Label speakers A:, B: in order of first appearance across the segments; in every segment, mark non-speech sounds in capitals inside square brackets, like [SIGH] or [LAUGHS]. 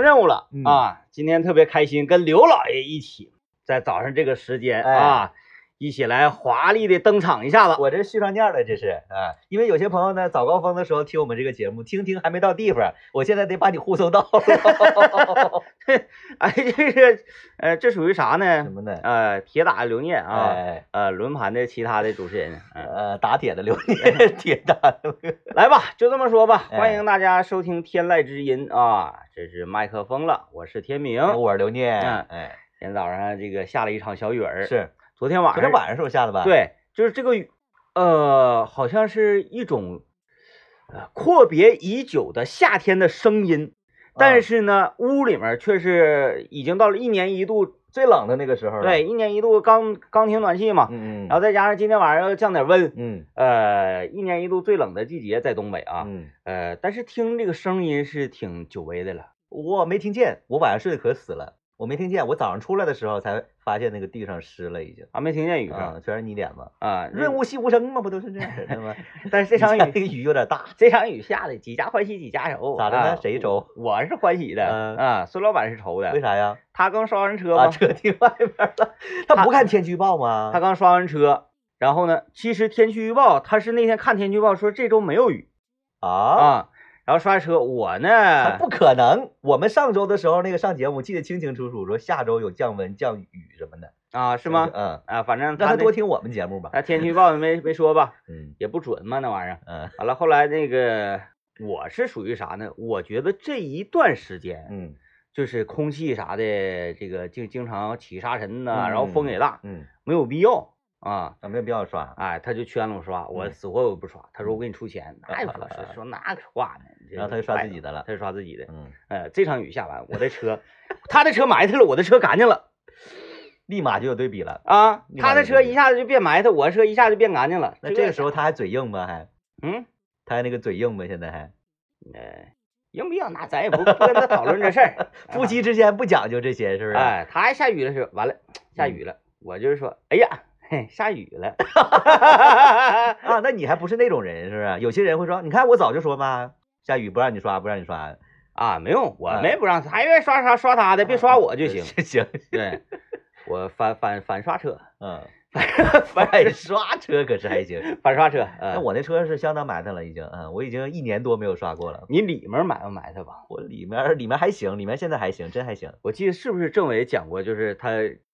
A: 任务了、
B: 嗯
A: 啊！今天特别开心，跟刘老爷一起在早上这个时间
B: 哎
A: 啊，一起来华丽的登场一下子。
B: 我这是续上念了，这是啊，因为有些朋友呢，早高峰的时候听我们这个节目，听听还没到地方，我现在得把你护送
A: [LAUGHS]
B: 到了，
A: [LAUGHS] 哎，这个呃，这属于啥
B: 什
A: 呢？
B: 么呢？
A: 呃，铁打的刘念啊，
B: 哎，
A: 呃，轮盘的其他的主持人，嗯，
B: 呃，打铁的留念， [LAUGHS] 铁打的，
A: 来吧，就这么说吧。
B: 哎
A: 欢迎大家收听《天籁之音》啊，这是麦克风了，我是天明。
B: 我是留念，
A: 嗯
B: 哎，
A: 今天早上这个下了一场小雨儿，
B: 是，
A: 昨天晚
B: 昨
A: 上，
B: 天晚上是不是下的吧？，
A: 对，就是这个雨，呃，好像是一种呃阔别已久的夏天的声
B: 嗯
A: 音，但是呢，屋里面却是已经到了一年一度，
B: 最冷的那个时候，，
A: 对，一年一度刚刚停暖气嘛，
B: 嗯嗯，
A: 然后再加上今天晚上要降点温，
B: 嗯
A: 呃，一年一度最冷的季节在东北啊，
B: 嗯，
A: 呃，但是听这个声音是挺久违的了，
B: 我没听见，我晚上睡得可死了，我没听见，我早上出来的时候才发现那个地上湿了已经，
A: 啊，没听见雨
B: 啊，
A: 声
B: 全是泥点嘛，
A: 啊，
B: 润
A: 物，
B: 物细无声嘛，不都是这样式的
A: [LAUGHS]
B: 吗？
A: 但是这场
B: 嗯 [LAUGHS] 你家
A: 雨
B: 那个雨有点大，
A: 这场雨下的几家欢喜几家愁，
B: 咋的
A: 啊
B: 呢？谁愁？
A: 我是欢喜的，
B: 嗯
A: 啊，孙老板是愁
B: 为
A: 的，
B: 啥呀？
A: 他刚刷完车
B: 啊，
A: 嘛，
B: 车啊停外边
A: [LAUGHS]
B: 了，他不看天气预报
A: 他
B: 吗？
A: 刚刷完车，然后呢，其实天气预报他是那天看天气预报说这周没有雨
B: 啊，
A: 啊，然后刷完车我
B: 他
A: 呢，
B: 不可能！我们上周的时候那个上节目，记得清清楚楚，说下周有降温、降雨什么的，
A: 啊是吗？
B: 嗯，
A: 啊，反正
B: 让
A: 他
B: 他
A: 那
B: 多听我们节目吧。
A: 啊天气预报没没说吧，
B: 嗯
A: 也不准嘛那玩意儿。
B: 嗯
A: 完了后来那个我是属于啥呢？我觉得这一段时间
B: 嗯
A: 就是空气啥的，这个经经常起沙尘呐、然后风也大，
B: 嗯，
A: 没有必要啊。
B: 咱们也不要刷。
A: 哎，他就圈了我刷，我
B: 嗯
A: 死活我不刷。他说我给你出钱，那也不
B: 啊
A: [LAUGHS]
B: 啊
A: 说
B: 啊
A: 说那个话呢。你这
B: 然后他
A: 坏
B: 就刷自己的了
A: 他就刷自己的。
B: 嗯，
A: 呃，这场雨下完，我的车，
B: [LAUGHS]
A: 他的车埋汰了，我的车干净了
B: 立马就有对比了。
A: 啊。
B: 另
A: 他
B: 外
A: 的
B: 一个
A: 车
B: 原
A: 一
B: 因
A: 下子就变埋汰，我的车一下就变干净了。
B: 那这个时候他还嘴硬吗？还
A: 嗯，
B: 他还那个嘴硬吗？现在还。
A: 呃，硬不硬？那咱也不不跟他讨论这事儿
B: [LAUGHS]
A: 啊
B: 夫妻之间不讲究这些，是不是？
A: 哎，他还下雨的时候，完了下
B: 嗯
A: 雨了，我就是说，哎呀，嘿，下雨
B: [LAUGHS]
A: 了。
B: 啊，那你还不是那种人，是不是？有些人会说，你看我早就说嘛，下雨不让你刷，不让你刷，
A: 啊，没用，我
B: 哎
A: 没不让他，他愿意刷啥刷他
B: 啊嗯
A: 的，别刷我就
B: [LAUGHS]
A: 行。 [LAUGHS]
B: 行，
A: 对，我反反反刷车，
B: 嗯。
A: [LAUGHS]
B: [LAUGHS]
A: 反
B: 哎，刷车可是
A: [LAUGHS]
B: 还行。
A: 反刷车。呃
B: 那我那车是相当埋汰了，已经，嗯，我已经一年多没有刷过了。
A: 你里面埋不埋汰吧？
B: 我里面里面还行，里面现在还行，真还行。
A: 我记得是不是政委讲过，就是他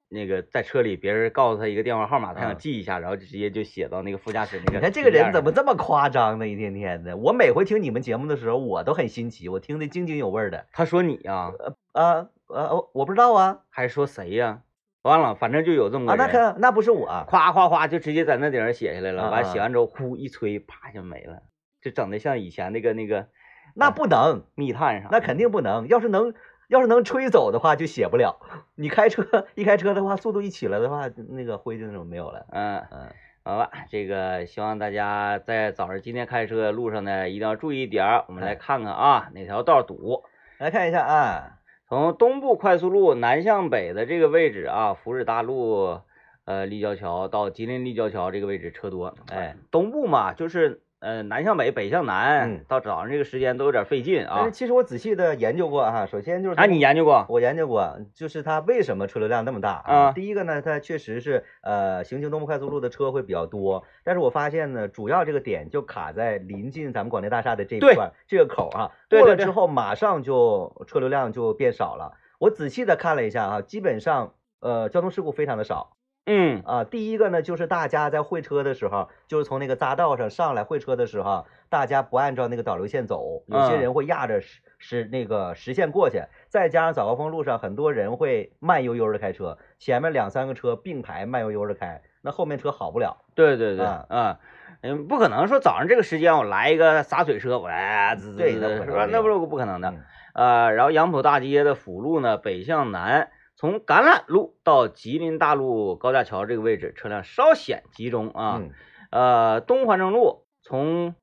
A: 那个在车里，别人告诉他一个电话号码，他想
B: 嗯
A: 记一下，然后就直接就写到那个副驾驶那个。
B: 你看这个人怎么？这么夸张呢？一天天的，我每回听你们节目的时候，我都很新奇，我听得津津有味儿的。
A: 他说你呀、
B: 啊呃，我我不知道啊
A: 还是说谁呀、完了，反正就有这么
B: 啊，
A: 个人。
B: 那可那不是我，
A: [LAUGHS] 夸夸夸就直接在那顶上写下来了，
B: 啊
A: 完
B: 啊
A: 写完之后呼一吹，啪就没了，就整的像以前那个那个
B: 那不能，
A: 密探上。
B: 那肯定不能。要是能，要是能吹走的话，就写不了。你开车一开车的话，速度一起来的话，那个灰就那种没有了。
A: 嗯。
B: 嗯，
A: 好吧，这个希望大家在早上今天开车的路上呢，一定要注意点儿。我们来
B: 哎
A: 看看啊，哪条道堵？
B: 来看一下啊，
A: 从东部快速路南向北的这个位置啊，福祉大路呃立交桥到吉林立交桥这个位置车多。
B: 哎，
A: 东部嘛，就是呃南向北，北向南，
B: 嗯
A: 到早上这个时间都有点费劲
B: 但
A: 啊
B: 是。其实我仔细的研究过啊，首先就是
A: 啊，你研究过？
B: 我研究过，就是它为什么车流量那么大
A: 啊
B: 第一个呢，它确实是呃，行经东部快速路的车会比较多，但是我发现呢，主要这个点就卡在临近咱们广电大厦的这一
A: 对
B: 块儿这个口啊，
A: 对
B: 过
A: 对
B: 了
A: 对
B: 之后马上就车流量就变少了。我仔细的看了一下啊，基本上呃交通事故非常的少
A: 嗯，
B: 啊。第一个呢，就是大家在会车的时候，就是从那个匝道上上来会车的时候，大家不按照那个导流线走，有些
A: 嗯
B: 人会压着实实那个实线过去，再加上早高峰路上很多人会慢悠悠的开车，前面两三个车并排慢悠悠的开，那后面车好不了。
A: 对对对，
B: 啊
A: 啊。嗯，不可能说早上这个时间我来一个洒水车，我来滋滋
B: 对
A: 滋
B: 那不
A: 滋，
B: 可
A: 是吧？
B: 能
A: 那不是不可能的。
B: 嗯
A: 呃，然后杨浦大街的辅路呢，北向南，从橄榄路到吉林大路高架桥这个位置，车辆稍显集中啊。
B: 嗯
A: 呃，东环城路从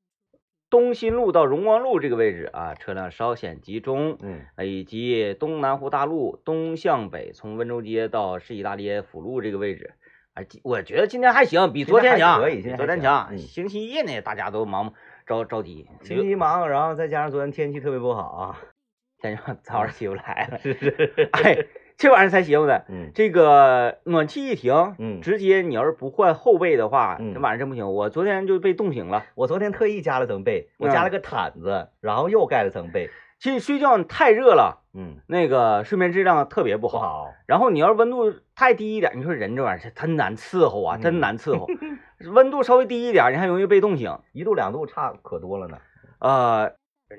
A: 东新路到荣光路这个位置啊，车辆稍显集中。
B: 嗯
A: 呃以及东南湖大路东向北，从温州街到市意大街辅路这个位置，啊，今我觉得今天还行，比
B: 今
A: 昨
B: 天
A: 天
B: 还
A: 强，
B: 可以今
A: 比
B: 天
A: 昨
B: 还
A: 天
B: 行
A: 强。
B: 嗯
A: 星期一呢，大家都忙着着急，
B: 星期一忙，然后再加上昨天天气特别不好啊，
A: 真让早点媳妇来
B: [LAUGHS]
A: 了。
B: 是是，
A: 哎，这玩意儿才邪乎呢。
B: 嗯
A: 这个暖气一停，
B: 嗯
A: 直接你要是不换后背的话，
B: 嗯
A: 这玩意儿真不行。我昨天就被冻醒了。
B: 我昨天特意加了层被，我加了个毯子，然后又盖了层被。
A: 其实睡觉太热了，
B: 嗯，
A: 那个睡眠质量特别不
B: 不
A: 好。
B: 好，
A: 然后你要是温度太低一点，你说人这玩意儿真难伺候啊，
B: 嗯
A: 真难
B: [LAUGHS]
A: 伺候。温度稍微低一点，你还容易被冻醒。
B: 一度两度差可多了呢。
A: 呃，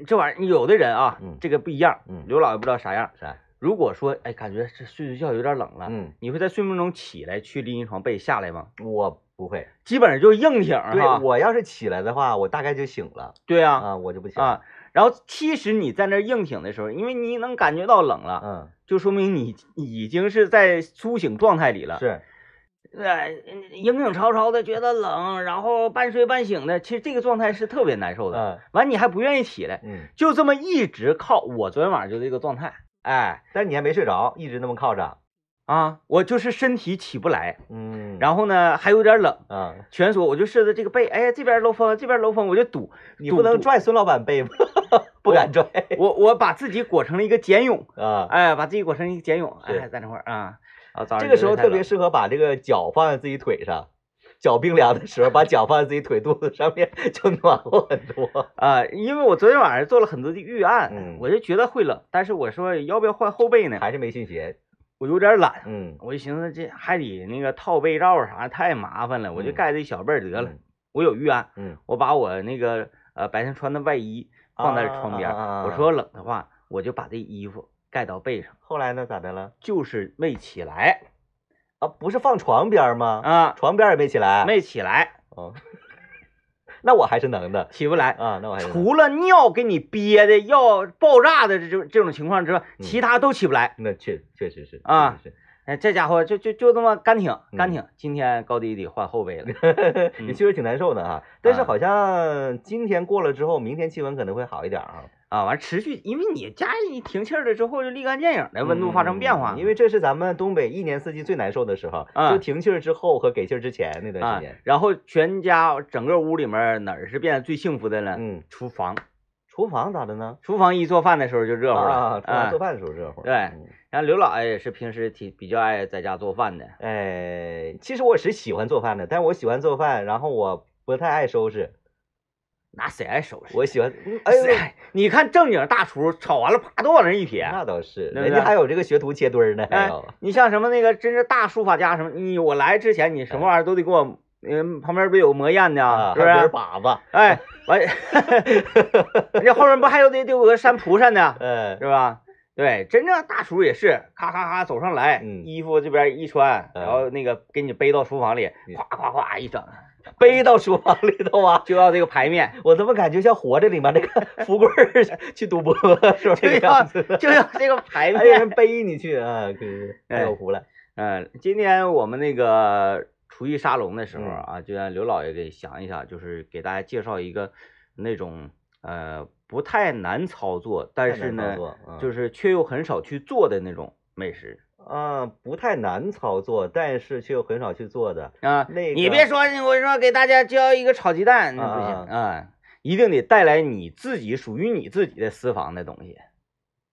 A: 这玩意儿有的人啊，
B: 嗯
A: 这个不一样。
B: 嗯
A: 刘老爷不知道啥样。
B: 啥？
A: 如果说哎，感觉这睡睡觉有点冷了，
B: 嗯，
A: 你会在睡梦中起来去拎一床被下来吗？
B: 我不会。
A: 基本上就是硬挺儿
B: 对
A: 啊哈。
B: 我要是起来的话，我大概就醒了
A: 对啊
B: 啊，我就不行。
A: 啊。然后其实你在那儿硬挺的时候，因为你能感觉到冷了，
B: 嗯，
A: 就说明你已经是在苏醒状态里了。
B: 是，
A: 呃，影影绰绰的觉得冷，然后半睡半醒的，其实这个状态是特别难受的。
B: 嗯
A: 完你还不愿意起来，
B: 嗯，
A: 就这么一直靠。我昨天晚上就这个状态，哎
B: 但是你还没睡着，一直那么靠着。
A: 啊，我就是身体起不来，
B: 嗯，后
A: 然后呢还有点冷，
B: 嗯，
A: 蜷缩，我就试着这个背，哎呀这边漏风，这边漏风，我就堵，
B: 你
A: 堵
B: 不能
A: 堵
B: 拽孙老板背吗？ [LAUGHS] 不敢拽 [LAUGHS]
A: 我我把自己裹成了一个茧蛹，
B: 啊。
A: 哎，把自己裹成一个茧蛹，
B: 是
A: 哎，在那块儿啊，啊，早上
B: 这个时候
A: 觉得
B: 特
A: 太
B: 别适合把这个脚放在自己腿上，脚冰凉的时候，把脚放在自己腿肚子上面，就暖和很多。 [LAUGHS]
A: 冷啊，因为我昨天晚上做了很多的预案，
B: 嗯
A: 我就觉得会冷，但是我说要不要换后背呢？
B: 还是没信邪，
A: 我有点懒，
B: 嗯，
A: 我就寻思这还得那个套被罩啥太麻烦了，我就
B: 嗯
A: 盖这小被儿得了。
B: 嗯
A: 我有预案，
B: 嗯，
A: 我把我那个呃白天穿的外衣放在窗边儿，
B: 啊啊啊啊
A: 我说冷的话，我就把这衣服盖到背上，
B: 后来呢？咋的了？
A: 就是没起来
B: 啊，不是放床边儿吗？
A: 啊，
B: 床边儿也没起来。。
A: 没起来，
B: 哦， [LAUGHS] 那我还是能的
A: 起不来。
B: 啊，那我还是能
A: 除了尿给你憋的要爆炸的这种这种情况之外，
B: 嗯
A: 其他都起不来。
B: 那确确实是
A: 啊，
B: 确实
A: 哎，这家伙就就就这么干挺
B: 嗯
A: 干挺。今天高低得换后背
B: [LAUGHS]
A: 了。
B: 是
A: 嗯
B: 你确实挺难受的哈。但是
A: 啊
B: 好像今天过了之后，明天气温可能会好一点啊。
A: 啊，完持续，因为你家一停气儿了之后，就立竿见影的哎温度发生变化，
B: 嗯因为这是咱们东北一年四季最难受的时候，
A: 啊
B: 就停气儿之后和给气儿之前那段
A: 啊
B: 时间。，
A: 然后全家整个屋里面哪儿是变得最幸福的呢？
B: 嗯，
A: 厨房，
B: 厨房咋的呢？
A: 厨房一做饭的时候就热乎了，
B: 啊，厨房
A: 哎
B: 做饭的时候热乎。
A: 对
B: 嗯
A: 然后刘老爷也是平时挺比较爱在家做饭的，
B: 哎，其实我是喜欢做饭的，但我喜欢做饭，然后我不太爱收拾，
A: 那谁爱收拾？
B: 我喜欢，嗯哎呦，
A: 谁你看正经大厨炒完了，啪都往那儿一撇。
B: 那倒是，
A: 对不
B: 人
A: 对
B: 家还有这个学徒切墩儿呢，还
A: 哎
B: 有，
A: 你像什么那个真是大书法家什么，你我来之前你什么玩意儿都得给我，嗯，旁边不有魔砚的
B: 啊，
A: 是不
B: 还有
A: 是
B: 人？粑粑，
A: 哎，完， [LAUGHS] 人家后面不还有得得有个扇蒲扇呢，
B: 呃
A: 是，吧？对，真正大厨也是，咔咔咔走上来，
B: 嗯
A: 衣服这边一穿，
B: 嗯
A: 然后那个给你背到厨房里，
B: 嗯
A: 咵咵咵一整，
B: 背到厨房里头啊，
A: 就要这个牌面，
B: 我怎么感觉像活着里面
A: [LAUGHS]
B: 那个富贵儿去赌博，是不是这个样子？
A: 就要这个牌
B: 还有人
A: 面。哎
B: 背你去啊，可是太有福了。
A: 嗯，今天我们那个厨艺沙龙的时候啊，就让刘老爷给想一想，就是给大家介绍一个那种呃不太难操作，但是呢，
B: 嗯
A: 就是是却又很少去做的那种美食
B: 啊，不太难操作，但是却又很少去做的。
A: 啊。
B: 那
A: 你
B: 个
A: 别说，我说给大家教一个炒鸡蛋，那不行
B: 啊
A: 啊，一定得带来你自己属于你自己的私房的东西。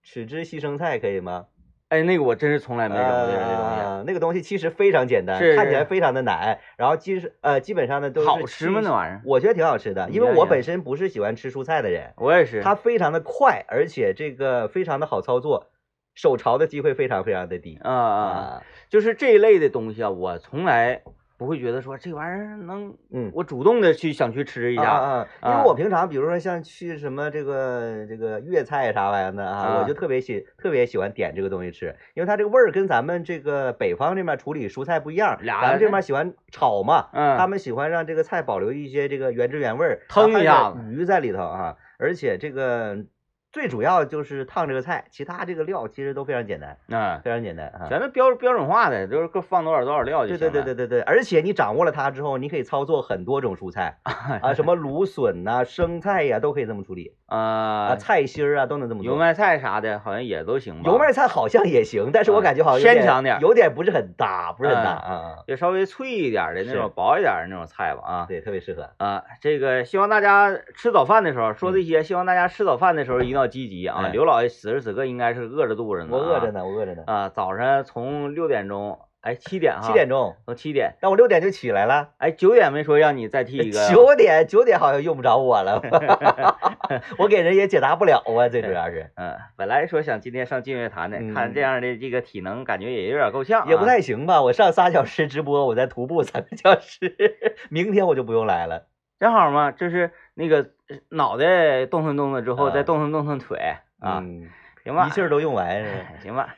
B: 豉汁牺牲菜可以吗？
A: 哎，那个我真是从来没整过这个东西。
B: 啊，那个东西其实非常简单，
A: 是
B: 看起来
A: 是
B: 非常的难，然后其实呃，基本上呢都是
A: 好吃吗？那
B: 意
A: 玩意儿？
B: 我觉得挺好吃的，因为
A: 你
B: 我
A: 看
B: 本身不是喜欢吃蔬菜的人，
A: 我也是。
B: 它非常的快，而且这个非常的好操作，手潮的机会非常非常的低
A: 啊啊，
B: 啊。
A: 就是这一类的东西啊，我从来不会觉得说这玩意儿能，
B: 嗯
A: 我主动的去想去吃一
B: 啊
A: 下。
B: 啊，因
A: 啊
B: 为我平常比如说像去什么这个这个粤菜啥玩意儿的啊，
A: 啊
B: 我就特别喜特别喜欢点这个东西吃，因为它这个味儿跟咱们这个北方这边处理蔬菜不一样，
A: 俩
B: 咱们这边喜欢炒嘛，
A: 嗯
B: 他们喜欢让这个菜保留一些这个原汁原味儿，
A: 腾一下
B: 然后还
A: 子
B: 有鱼在里头啊，而且这个最主要就是烫这个菜，其他这个料其实都非常简单，
A: 嗯，
B: 非常简单啊。
A: 全都标标准化的，就是各放多少多少料就
B: 对
A: 行
B: 对
A: 了。
B: 对对对对，而且你掌握了它
A: [LAUGHS] 哎 [LAUGHS]
B: 之后，你可以操作很多种蔬菜啊，什么芦笋呐、生菜呀、都可以这么处理。啊，
A: 呃，
B: 菜心儿啊都能这么
A: 油
B: 做。
A: 麦菜啥的，好像也都行吧。
B: 油麦菜好像也行，但是我
A: 嗯
B: 感觉好像有
A: 偏强点儿哎
B: 有点不是很搭，不是很搭啊。
A: 就稍微脆一点的那
B: 是
A: 种，薄一点的那种菜吧啊
B: 嗯。对，特别适合。
A: 啊，这个希望大家吃早饭的时候说
B: 嗯
A: 这些，希望大家吃早饭的时候一定要积极啊。
B: 哎
A: 刘老爷此时此刻应该是饿着肚子呢、
B: 我饿着。呢，我饿着呢。
A: 啊，早上从六点钟，哎，七点哈，
B: 七点钟，
A: 从七点，
B: 但我六点就起来了。
A: 哎，九点没说让你再剃
B: [LAUGHS]
A: 一个，
B: 哎九点九点好像用不着
A: [LAUGHS]
B: 我了，我给人也解答不了啊，最主要是
A: 嗯，本来说想今天上劲乐坛的，
B: 嗯
A: 看这样的这个体能，感觉也有点够呛、啊，
B: 也不太行吧。我上仨小时直播，我再徒步三个小时， [LAUGHS] 明天我就不用来了。
A: 正好嘛，就是那个呃脑袋动腾动腾之后，
B: 啊
A: 再动腾动腾腿啊，
B: 嗯
A: 行吧
B: 一气，儿都用完是吧
A: 哎行吧。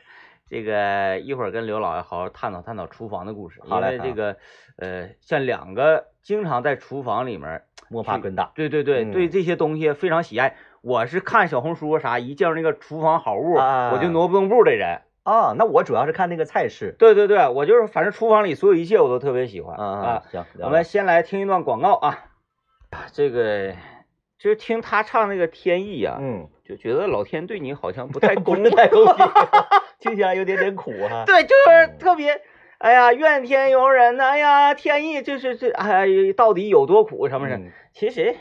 A: 这个一会儿跟刘老爷好好探讨探讨厨房的故事，
B: 好
A: 因
B: 嘞
A: 为
B: 好
A: 这个，呃，像两个经常在厨房里面儿，
B: 摸爬滚打
A: 对对对、
B: 嗯
A: 对这些东西非常喜爱。我是看小红书啊啥，一见着那个厨房好物，
B: 啊
A: 我就挪不动步的人。
B: 啊。那我主要是看那个菜式
A: 对对对，我就是反正厨房里所有一切我都特别喜欢
B: 啊啊，行，
A: 我们先来听一段广告啊，这个就是听他唱那个《天意》啊，
B: 嗯，
A: 就觉得老天对你好像 [LAUGHS] 不太公
B: 是
A: 平，
B: 太公平，
A: [LAUGHS]
B: [LAUGHS] 听起来有点点苦 [LAUGHS] 哈。
A: 对，就是
B: 嗯
A: 特别，哎呀，怨天尤人呐，哎呀，天意就是这，哎呀，到底有多苦什么事？
B: 嗯
A: 其实，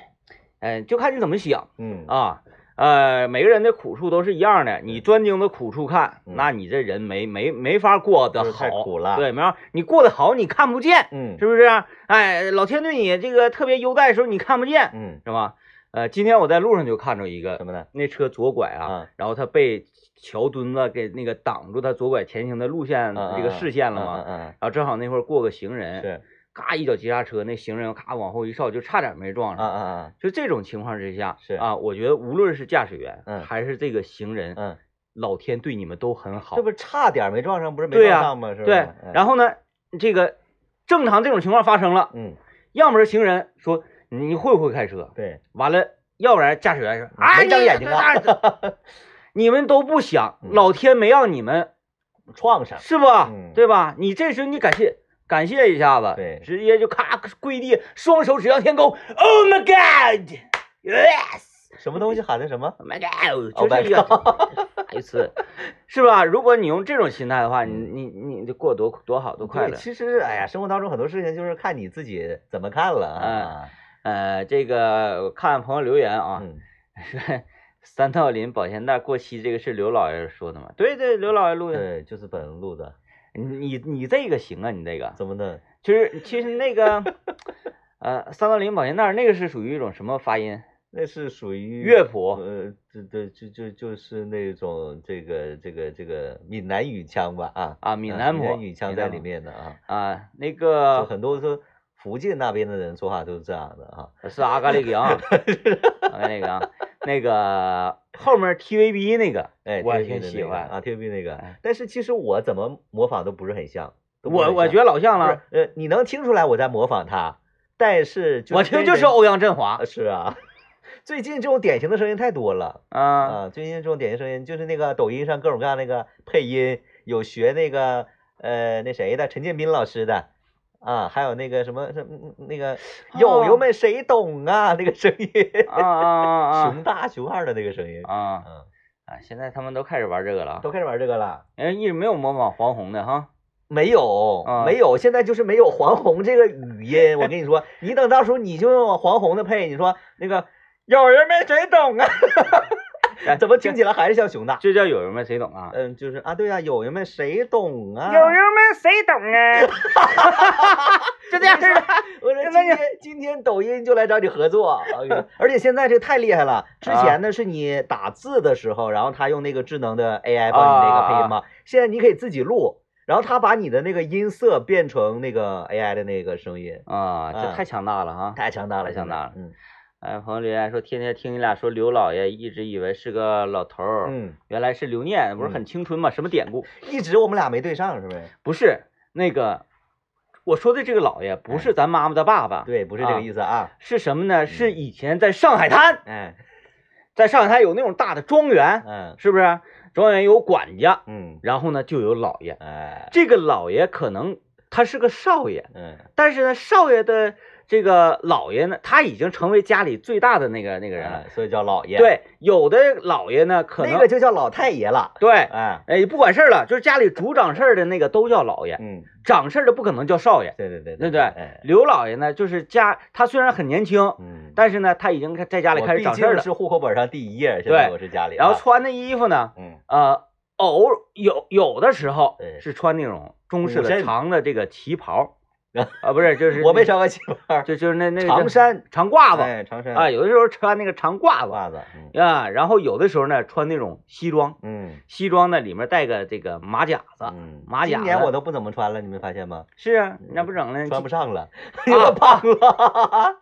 A: 哎，就看你怎么想
B: 嗯
A: 啊。呃，每个人的苦处都是一样的，你专盯着苦处看，
B: 嗯
A: 那你这人没没没法过得
B: 就是太
A: 好，
B: 苦了
A: 对，没法，你过得好你看不见，
B: 嗯
A: 是不是啊？哎，老天对你这个特别优待的时候，你看不见，
B: 嗯，
A: 是吧？呃，今天我在路上就看着一
B: 什
A: 个，
B: 么呢？
A: 那车左拐啊，
B: 啊，
A: 然后他被桥墩子给那个挡住他左拐前行的路线
B: 嗯嗯
A: 这个视线了嘛。
B: 嗯嗯
A: 然后正好那会儿过个行
B: 嗯，
A: 人，
B: 是
A: 嘎一脚急刹车，那行人咔往后一稍，就差点没撞
B: 啊
A: 上。
B: 啊啊，
A: 就这种情况之下，
B: 是
A: 啊，我觉得无论是驾驶员
B: 嗯
A: 还是这个行人，
B: 嗯，
A: 老天对你们都很好
B: 这。不是差点没撞上，不是没
A: 对呀
B: 撞上吗？是吧？嗯
A: 对，然
B: 后
A: 后呢，这个正常这种情况发生了，
B: 嗯，
A: 要么是行人说你会不会开车，
B: 对，
A: 完了，要不然驾驶员说啊，
B: 嗯没长
A: 你
B: 眼睛啊
A: 那
B: [LAUGHS]
A: 你们都不想，
B: 嗯
A: 老天没让你们
B: 撞上，
A: 是吧
B: 嗯？
A: 对吧？你这时候你感谢感谢一下子，
B: 对
A: 直接就咔跪地，双手指向天空，Oh my God，Yes，Oh
B: 什么东西喊的什么？
A: my God，
B: Oh
A: 就
B: my
A: 是一个
B: [LAUGHS]
A: 一次，是吧？如果你用这种心态的话，你你你就过得多多好多快乐
B: 嗯对。其实哎呀，生活当中很多事情就是看你自己怎么看了啊。
A: 呃，这个我看朋友留言啊，
B: 嗯，
A: 说 [LAUGHS] 三道林保鲜袋过期，这个是刘老爷说的吗？对对，刘老爷录的。
B: 对，就是本人录的，
A: 你你这个行啊，你这个
B: 怎么的？
A: 就是其实那个呃三道林保鲜袋那个是属于一种什么发音？
B: 那是属于
A: 乐谱
B: 呃，这这就就就是那种这个这个这个闽南语腔吧啊，
A: 啊，闽南
B: 闽
A: 谱
B: 南语腔在里面的啊，
A: 啊，那
B: 就
A: 个
B: 很多说福建那边的人说话都是这样的啊。
A: 是阿嘎里里
B: [LAUGHS]
A: 昂，阿嘎里里昂，那个后面 TVB 那个，
B: 哎，
A: 我
B: TVB
A: 也挺
B: 的那
A: 喜
B: 个
A: 欢。
B: 啊，TVB 那个
A: 哎，
B: 但是其实我怎么模仿都不是很像，都不是
A: 我
B: 很
A: 我
B: 像
A: 觉得老像
B: 不
A: 了
B: 是，，呃，你能听出来我在模仿他，但是就
A: 我
B: 跟
A: 听就
B: 人
A: 是欧阳震华
B: 啊，是啊，最近这种典型的声音太多了
A: 啊，
B: 啊，最近这种典型声音就是那个抖音上各种各样那个配音，有学那个呃那谁的陈建斌老师的。啊，还有那个什么什么那个友友
A: 哦
B: 们谁懂啊？那个声音，
A: 啊啊啊
B: [LAUGHS] 熊大熊二的那个声音
A: 啊，啊
B: 嗯，
A: 啊！现在他们都开始玩这个了啊，
B: 都开始玩这个了。
A: 人一直没有模仿黄宏的哈。
B: 没有，
A: 啊
B: 没有，现在就是没有黄宏这个语音。我跟你说，你等到时候你就用黄宏的配，你说那个有人没谁懂啊，
A: 哎
B: 怎么听起来还是像熊大？
A: 这叫有人问谁懂啊？
B: 嗯，就是啊，对呀、有人没谁懂啊？
A: 们谁懂啊？ [LAUGHS] 就这样式的。
B: 我说今天今天抖音就来找你合作，哎呦而且现在这太厉害
A: 啊
B: 了。之前呢是你打字的时候，然后他用那个智能的 AI 帮
A: 啊
B: 你那个配音嘛，现在你可以自己录，然后他把你的那个音色变成那个 AI 的那个声音。
A: 啊，这
B: 嗯
A: 太强大了哈！
B: 太强大了，
A: 太强大了
B: 嗯
A: 哎，朋友留言说，天天听你俩说刘老爷，一直以为是个老头儿，
B: 嗯，
A: 原来是刘念，不是很青春吗？什么典故？
B: 一直我们俩没对上，是不是？
A: 不是那个，我说的这个老爷不是咱妈妈的爸爸，，
B: 嗯对，不是这个意思啊。
A: 是什么呢？是以前在上海滩，
B: 哎，
A: 在上海滩有那种大的庄园，
B: 嗯
A: 是不是？庄园有管家，
B: 嗯，
A: 然后呢就有老爷。
B: 哎，
A: 这个老爷可能他是个少爷，
B: 嗯
A: 但是呢，少爷的这个老爷呢，他已经成为家里最大的那个那个人了。
B: 哎所以叫老爷。，
A: 啊对，有的老爷呢，可能、
B: 那个就叫老太爷了。
A: 对，
B: 哎，
A: 哎，不管事儿了，就是家里主掌事儿的那个都叫老爷，
B: 嗯，
A: 掌事儿的不可能叫少爷。
B: 对对对
A: 对不对
B: 哎，
A: 刘老爷呢，就是家他虽然很年轻，
B: 嗯，
A: 但是呢，他已经在家里开始
B: 我
A: 掌
B: 毕
A: 事儿
B: 竟
A: 了。
B: 是户口本上第一页，现在
A: 对
B: 我是家里啊。
A: 然后穿的衣服呢，
B: 嗯，
A: 呃，偶有有的时候
B: 对
A: 是穿那种中式
B: 古
A: 的
B: 衬
A: 长的这个旗
B: [LAUGHS]
A: 袍，啊，不是，就是
B: 我没
A: 啥，
B: 上过旗袍，
A: 就就是那那个叫
B: 长衫
A: 长褂子
B: 哎，长衫
A: 啊，有的时候穿那个长褂子
B: 褂子，嗯
A: 啊，然后有的时候呢穿那种西装，
B: 嗯
A: 西装呢里面带个这个马甲子，
B: 嗯，
A: 马甲
B: 今年
A: 子
B: 我都不怎么穿了，你没发现吗？
A: 是啊，那不整了
B: 穿不上了，因
A: 啊 [LAUGHS]
B: 为胖了。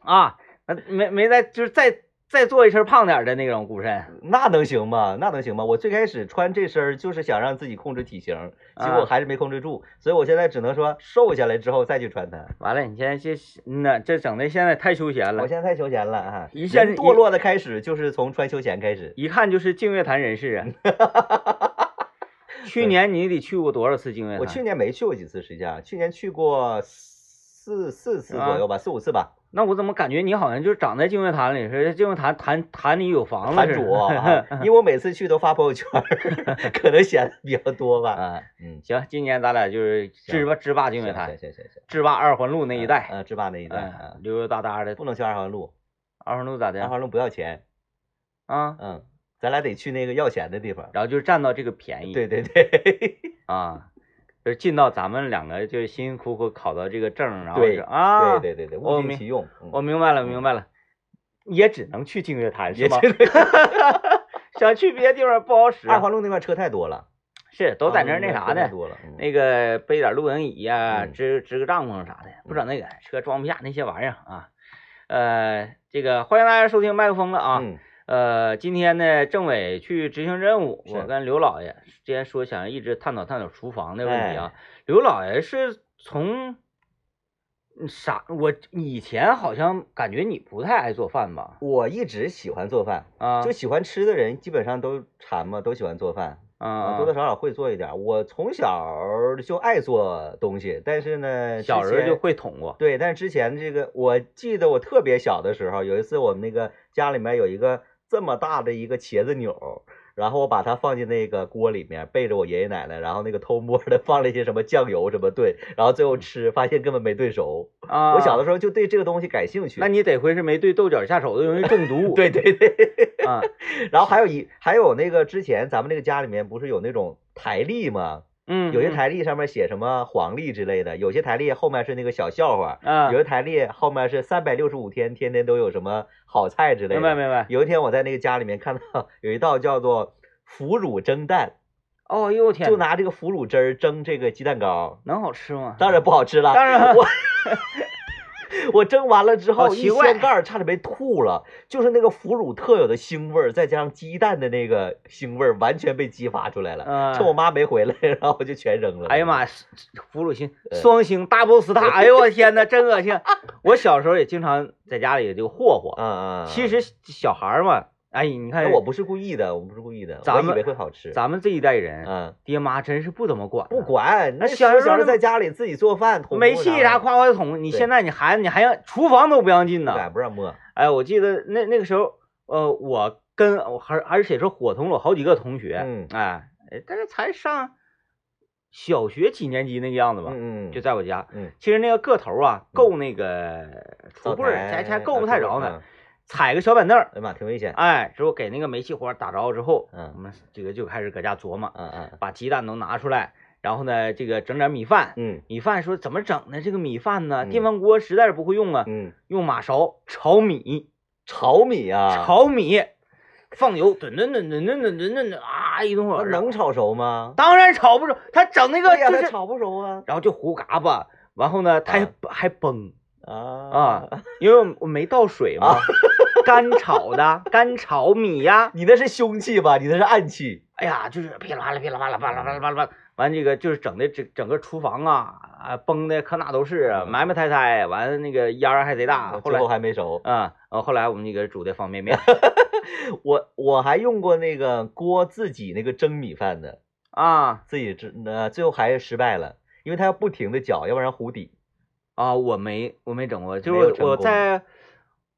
A: 啊，那没没再就是再再做一身胖点儿的那种古衬，
B: 那能行吗？那能行吗？我最开始穿这身儿就是想让自己控制体型，结
A: 啊
B: 果还是没控制住，所以我现在只能说瘦下来之后再去穿它。
A: 完了，你现在这那这整的现在太休闲
B: 我
A: 了，
B: 现在太休闲了啊！
A: 一下
B: 人
A: 子一
B: 堕落的开始就是从穿休闲开始。
A: 一看就是净乐坛人士啊。
B: [LAUGHS]
A: 去年你得去过多少次净乐坛？
B: 我去年没去过几次，实际上去年去过四四次
A: 啊
B: 左右吧，四五次吧。
A: 那我怎么感觉你好像就是长在净乐坛里似的？净乐坛坛坛里有房子
B: 摊
A: 似
B: 主
A: 的。 [LAUGHS]
B: 啊，因为我每次去都发朋友圈儿， [LAUGHS] 可能显得比较多吧。
A: 啊，
B: 嗯，
A: [LAUGHS] 行，今年咱俩就是制霸制霸净
B: 行
A: 乐
B: 行
A: 坛
B: 行，行行，
A: 制霸二环路那一带，
B: 呃，制霸那一带，啊
A: 嗯，溜溜达达的。
B: 不能去二环路，
A: 二环路咋的
B: 二
A: 呀？
B: 环路不要钱。
A: 啊，
B: 嗯，咱俩得去那个要钱的地方。
A: 然后就占到这个便宜。
B: 对对对，
A: 啊，就是进到咱们两个就是辛辛苦苦考到这个证儿，然后
B: 对
A: 是啊，
B: 对对对对，
A: 我
B: 物尽
A: 明
B: 其用。嗯
A: 我明白了，明白了，也只能去净月潭是
B: 也
A: 吗？
B: 就
A: 想去别的地方不好使，
B: 二环路那块车太多了，
A: 是都在那儿
B: 二环
A: 那
B: 路
A: 啥
B: 块车太
A: 的，
B: 多了。嗯
A: 那个背点露营椅呀、
B: 嗯
A: 支支个帐篷啥的，不整那个车装不下那些玩意儿啊。呃，这个欢迎大家收听麦克风了啊。
B: 嗯
A: 呃，今天呢，政委去执行任务，我
B: 是
A: 跟刘老爷之前说想一直探讨探讨厨房的问题
B: 哎
A: 啊。刘老爷是从嗯啥？我以前好像感觉你不太爱做饭吧？
B: 我一直喜欢做饭，
A: 啊，
B: 就喜欢吃的人基本上都馋嘛，都喜欢做饭，
A: 啊，
B: 多多少少会做一点儿。我从小就爱做东西，但是呢，之
A: 小时候
B: 前
A: 就会捅过
B: 对，但是之前这个，我记得我特别小的时候，有一次我们那个家里面有一个这么大的一个茄子钮儿，然后我把它放进那个锅里面，背着我爷爷奶奶，然后那个偷摸的 [LAUGHS] 放了一些什么酱油什么炖，然后最后吃，发现根本没炖熟。
A: 嗯啊。
B: 我小的
A: 时
B: 时候就对这个东西感兴趣。
A: 那你得亏是没对豆角下手的，容易中毒。
B: [LAUGHS] 对对对， [LAUGHS]
A: 啊，
B: 然后还有一还有那个之前咱们那个家里面不是有那种台历吗？
A: 嗯，
B: 有些
A: 嗯
B: 台历上面写什么黄历之类的，有些台历后面是那个小笑话，
A: 啊，
B: 有一台列后面是三百六十五天，天天都有什么好菜之类的。
A: 明白明白。
B: 有一天我在那个家里面看到有一道叫做腐乳蒸蛋，
A: 哦呦我天
B: 就
A: 哪，
B: 拿这个腐乳汁儿蒸这个鸡蛋糕，
A: 能好吃吗？
B: 当然不好吃了。
A: 当然 [LAUGHS]
B: 我我蒸完了之
A: 好
B: 后，
A: 奇
B: 一
A: 怪
B: 掀盖儿差点没吐了，就是那个腐乳特有的腥味儿，再加上鸡蛋的那个腥味儿，完全被激发出来了。
A: 啊
B: 趁我妈没回来，然后我就全扔了。
A: 哎呀妈呀，俘虏星
B: 呃
A: 双星 double
B: [LAUGHS]
A: star，哎呦我天哪，真恶心！我小时候也经常在家里就霍霍。
B: 嗯！嗯嗯，
A: 其实小孩儿嘛，哎，你看
B: 那我不是故意的，我不是故意的，
A: 咱
B: 我以
A: 们
B: 为会好吃。
A: 咱们这一代人，
B: 嗯，
A: 爹妈真是不怎么管，
B: 不，管
A: 那
B: 那
A: 小
B: 小
A: 时候
B: 小时
A: 那
B: 候在家里自己做饭，捅
A: 没
B: 咕
A: 戏啥
B: 的
A: 夸夸捅。你
B: 对
A: 现在你孩子你还让厨房都不让进
B: 不
A: 呢。
B: 敢不让摸。
A: 哎，我记得那那个时候，呃，我跟我还而且是伙同了好几个同学，
B: 嗯
A: 哎，哎但是才上小学几年级那个样子吧，
B: 嗯嗯，
A: 就在我家。
B: 嗯
A: 其实那个个头啊，够那个
B: 灶
A: 橱柜儿，
B: 台
A: 还还
B: 啊
A: 够不太
B: 灶
A: 着
B: 台
A: 呢
B: 嗯。
A: 踩个小板凳儿，
B: 哎呀妈，挺危险。
A: 哎，之后给那个煤气火打着之后，
B: 嗯
A: 我们这个就开始搁家琢磨，
B: 嗯嗯
A: 把鸡蛋都拿出来，然后呢，这个整点米饭。
B: 嗯
A: 米饭说怎么整呢？这个米饭呢，
B: 嗯
A: 电饭锅实在是不会用啊，
B: 嗯，
A: 用马勺炒米，
B: 炒米啊，
A: 炒米，放油，炖炖炖炖炖炖炖炖炖啊，一顿火
B: 那
A: 儿
B: 能炒熟吗？哎
A: 当然炒不着，他整那个
B: 对呀，
A: 就
B: 它
A: 是，
B: 炒不熟啊
A: 然后就胡嘎巴，然后呢，他还
B: 啊
A: 还崩。
B: 啊
A: 啊！，因为我没倒水嘛
B: [LAUGHS] 啊，
A: 干炒的，干炒米呀，
B: 你那是凶器吧？你那是暗器。
A: 哎呀，就是噼里啪啦噼里啪啦啪啦啪啦啪啦，完这个就是整的整整个厨房啊啊崩的可哪都是啊，
B: 嗯
A: 埋埋汰汰，完了那个烟儿还贼大，后
B: 最
A: 来
B: 后还没熟。
A: 啊，呃后来我们那个煮的方便
B: [LAUGHS]
A: 面
B: 我我还用过那个锅自己那个蒸米饭呢，
A: 啊，
B: 自己蒸，呃，最后还是失败了，因为它要不停的搅，要不然糊底。
A: 啊，我没我没整过，就
B: 没有
A: 是
B: 成
A: 我
B: 功
A: 在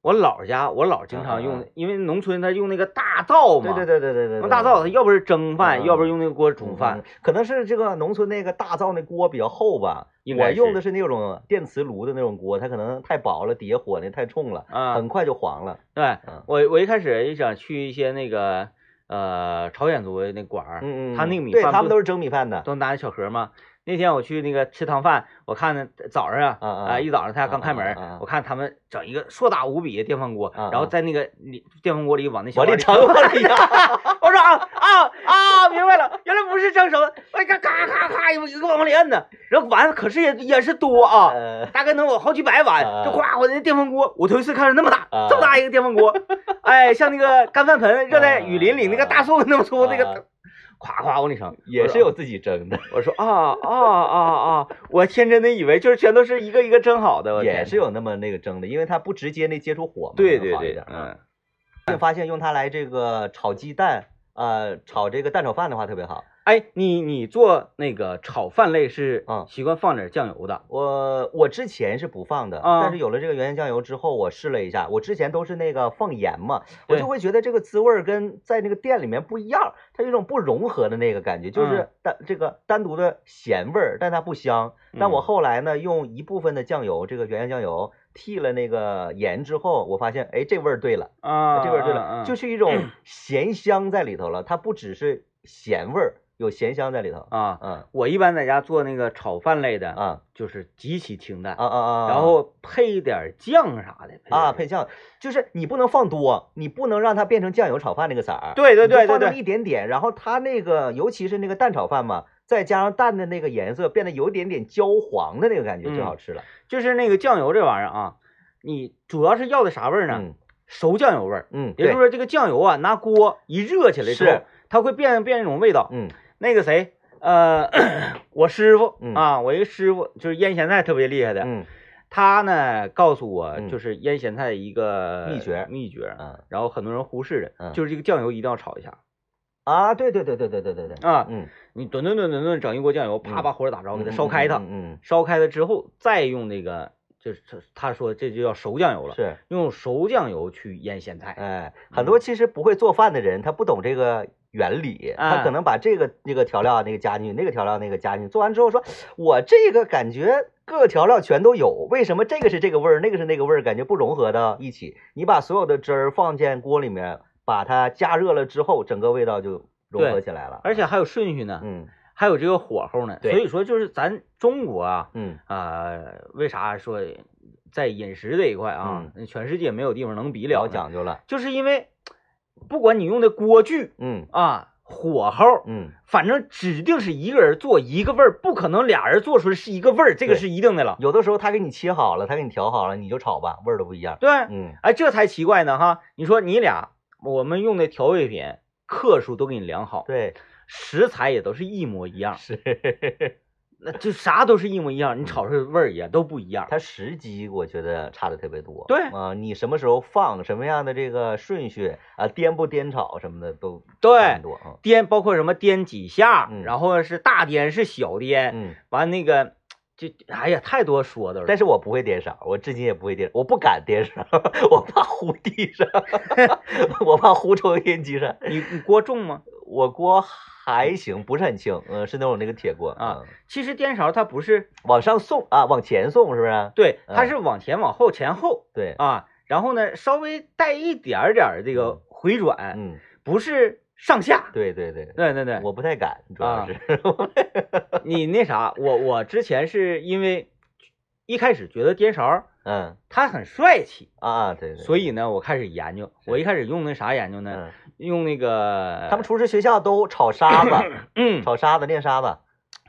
A: 我姥儿家，我姥儿经常
B: 啊啊
A: 用
B: 啊，
A: 因为农村他用那个大灶嘛，
B: 对对对对对对
A: 用
B: 对，嗯
A: 大灶他要不是蒸
B: 啊
A: 饭，要不是用那个锅
B: 煮
A: 煮饭，，
B: 可能是这个农村那个大灶那锅比较厚吧。
A: 应
B: 我
A: 该
B: 用
A: 是
B: 的是那种电磁炉的那种锅，它可能太薄了，底下火呢太冲了，
A: 啊
B: 很，快就黄了。
A: 对
B: 嗯
A: 我我一开始也想去一些那个呃朝鲜族的那馆儿，
B: 嗯嗯，
A: 他那个米
B: 对
A: 饭
B: 他
A: 不
B: 们都是蒸米饭的。
A: 都拿小盒嘛。那天我去那个吃汤饭，我看呢早上啊
B: 啊啊
A: 一早上他刚开门
B: 啊啊啊啊
A: 儿，我看他们整一个硕大无比的电饭锅，
B: 啊
A: 然后
B: 啊
A: 在那个里电饭锅里往那小
B: 往
A: 碗
B: 里
A: 里
B: 盛，往里
A: [LAUGHS]
B: 压。
A: 我说啊啊啊，明白了，原来不是蒸熟的，我嘎嘎嘎嘎，一个往里摁呢，然后碗可是也也是多啊，
B: 呃
A: 大概能有好几百
B: 啊
A: 碗，就夸我那电饭锅，我头一次看着那么大，这么大一个电饭 [LAUGHS] 锅，哎，像那个干饭盆，热带雨林里那个大树那么粗，那
B: 啊
A: 个，夸夸往里盛，
B: [LAUGHS] 也是有自己蒸的，
A: 我说啊啊啊啊！我天真的以为就是全都是一个一个蒸好的，我
B: 也
A: 天
B: 是有那么那个蒸的，因为它不直接那接触火嘛，
A: 对
B: 可能
A: 对
B: 好一
A: 对
B: 点，啊。
A: 嗯，
B: 就发现用它来这个炒鸡蛋，呃，炒这个蛋炒饭的话特别好。
A: 哎，你你做那个炒饭类是
B: 嗯
A: 习惯放点酱油的
B: 我我之前是不放的，
A: 啊
B: 但是有了这个原酱油之后，我试了一下，我之前都是那个放盐嘛，我
A: 对
B: 就会觉得这个滋味儿跟在那个店里面不一样，它有一种不融合的那个感觉，
A: 嗯
B: 就是单、这个单独的咸味儿，但它不香。但我
A: 嗯
B: 后来呢，用一部分的酱油，这个原酱油替了那个盐之后，我发现，哎，这味儿对了，
A: 啊嗯
B: 这味儿对了，就是是一种咸香在里头了，它不只是咸味儿，有咸香在里头。
A: 啊。
B: 嗯
A: 我一般在家做那个炒饭类的，
B: 啊
A: 就是极其清淡
B: 啊，啊啊！
A: 然后配一点酱啥的
B: 啊，
A: 点
B: 配酱就是你不能放多，你不能让它变成酱油炒饭那个色儿。
A: 对对
B: 你就
A: 对
B: 放
A: 对
B: 那么
A: 对
B: 一点点，然后它那个，尤其是那个蛋炒饭嘛，再加上蛋的那个颜色变得有点点焦黄的那个感觉，就
A: 嗯
B: 好吃了。
A: 就是那个酱油这玩意儿啊，你主要是要的啥味儿呢？
B: 嗯
A: 熟酱油味儿，
B: 嗯，
A: 也
B: 对
A: 就是，说这个酱油啊，拿锅一热起来之
B: 是
A: 后，它会变变一种味道。
B: 嗯
A: 那个谁，呃， [CLEARS THROAT] 我师傅
B: 嗯
A: 啊，我一个师傅就是腌咸菜特别厉害的，
B: 嗯
A: 他呢告诉我
B: 嗯
A: 就是腌咸菜一个
B: 秘诀
A: 秘诀，啊
B: 嗯
A: 然后很多人忽视的，
B: 嗯
A: 就是这个酱油一定要炒一下
B: 啊，对对对对对对对对，
A: 啊，
B: 嗯，
A: 你炖炖炖炖炖，整一锅酱油，啪
B: 嗯
A: 把火给打着，
B: 嗯
A: 给它
B: 嗯
A: 烧开它，
B: 嗯
A: 烧开了之后再用那个就是他他说这就叫熟酱油
B: 嗯
A: 了，
B: 是，
A: 用熟酱油去腌咸菜，
B: 哎，
A: 嗯
B: 很多其实不会做饭的人，他不懂这个原理，他
A: 哎
B: 可能把这个那个调料那个加进去，那个调料那个加进去，做完之后说，我这个感觉各个调料全都有，为什么这个是这个味儿，那个是那个味儿，感觉不融合到一起？你把所有的汁儿放进锅里面，把它加热了之后，整个味道就融合
A: 对
B: 起来了。
A: 而且还有顺序呢，
B: 嗯
A: 还有这个火候呢，
B: 对
A: 所以说就是咱中国啊，
B: 嗯
A: 啊、为啥说在饮食这一块啊，全世界没有地方能比了
B: 聊
A: 呢，
B: 嗯讲究了，
A: 就是因为不管你用的锅具
B: 嗯
A: 啊、火候，
B: 嗯，
A: 反正指定是一个人做一个味儿，不可能俩人做出来是一个味儿，这个
B: 对
A: 是一定的了。
B: 有的时候他给你切好了，他给你调好了，你就炒吧，味儿都不一样。
A: 对，
B: 嗯
A: 哎，这才奇怪呢哈！你说你俩我们用的调味品克数都给你量好， [LAUGHS]
B: 对，
A: 食材也都是一模一样，
B: 是
A: 那就啥都是一模一
B: 嗯
A: 样，你炒出来的味儿也都不一样。
B: 它时机我觉得差的特别多。
A: 对
B: 啊、你什么时候放，什么样的这个顺序啊，颠不颠炒什么的都差
A: 对
B: 很，多啊。
A: 颠包括什么颠几下，
B: 嗯
A: 然后是大颠是小颠，
B: 嗯，
A: 完那个就哎呀太多说的了。
B: 但是我不会颠勺，我至今也不会颠，我不敢颠勺， [LAUGHS] 我怕糊地上， [LAUGHS] 我怕糊抽油烟机上。
A: 你你锅重吗？
B: 我锅还行，不是很轻，嗯、是那种那个铁锅
A: 啊
B: 嗯
A: 其实颠勺它不是
B: 往上送啊，往前送是不是？
A: 对，
B: 嗯
A: 它是往前往后前后
B: 对，
A: 啊，然后呢稍微带一点儿点儿这个回转，
B: 嗯，
A: 不是上下。
B: 对对对，
A: 对对对，
B: 我不太敢，主要
A: 啊
B: 是， [LAUGHS]
A: 你那啥，我我之前是因为一开始觉得颠勺
B: 嗯
A: 它很帅气，
B: 啊啊，对对，
A: 所以呢我开始研究，我一开始用那啥研究呢？
B: 嗯。
A: 用那个
B: 他们厨师学校都炒沙子，
A: [LAUGHS] 嗯，
B: 炒沙子练沙子，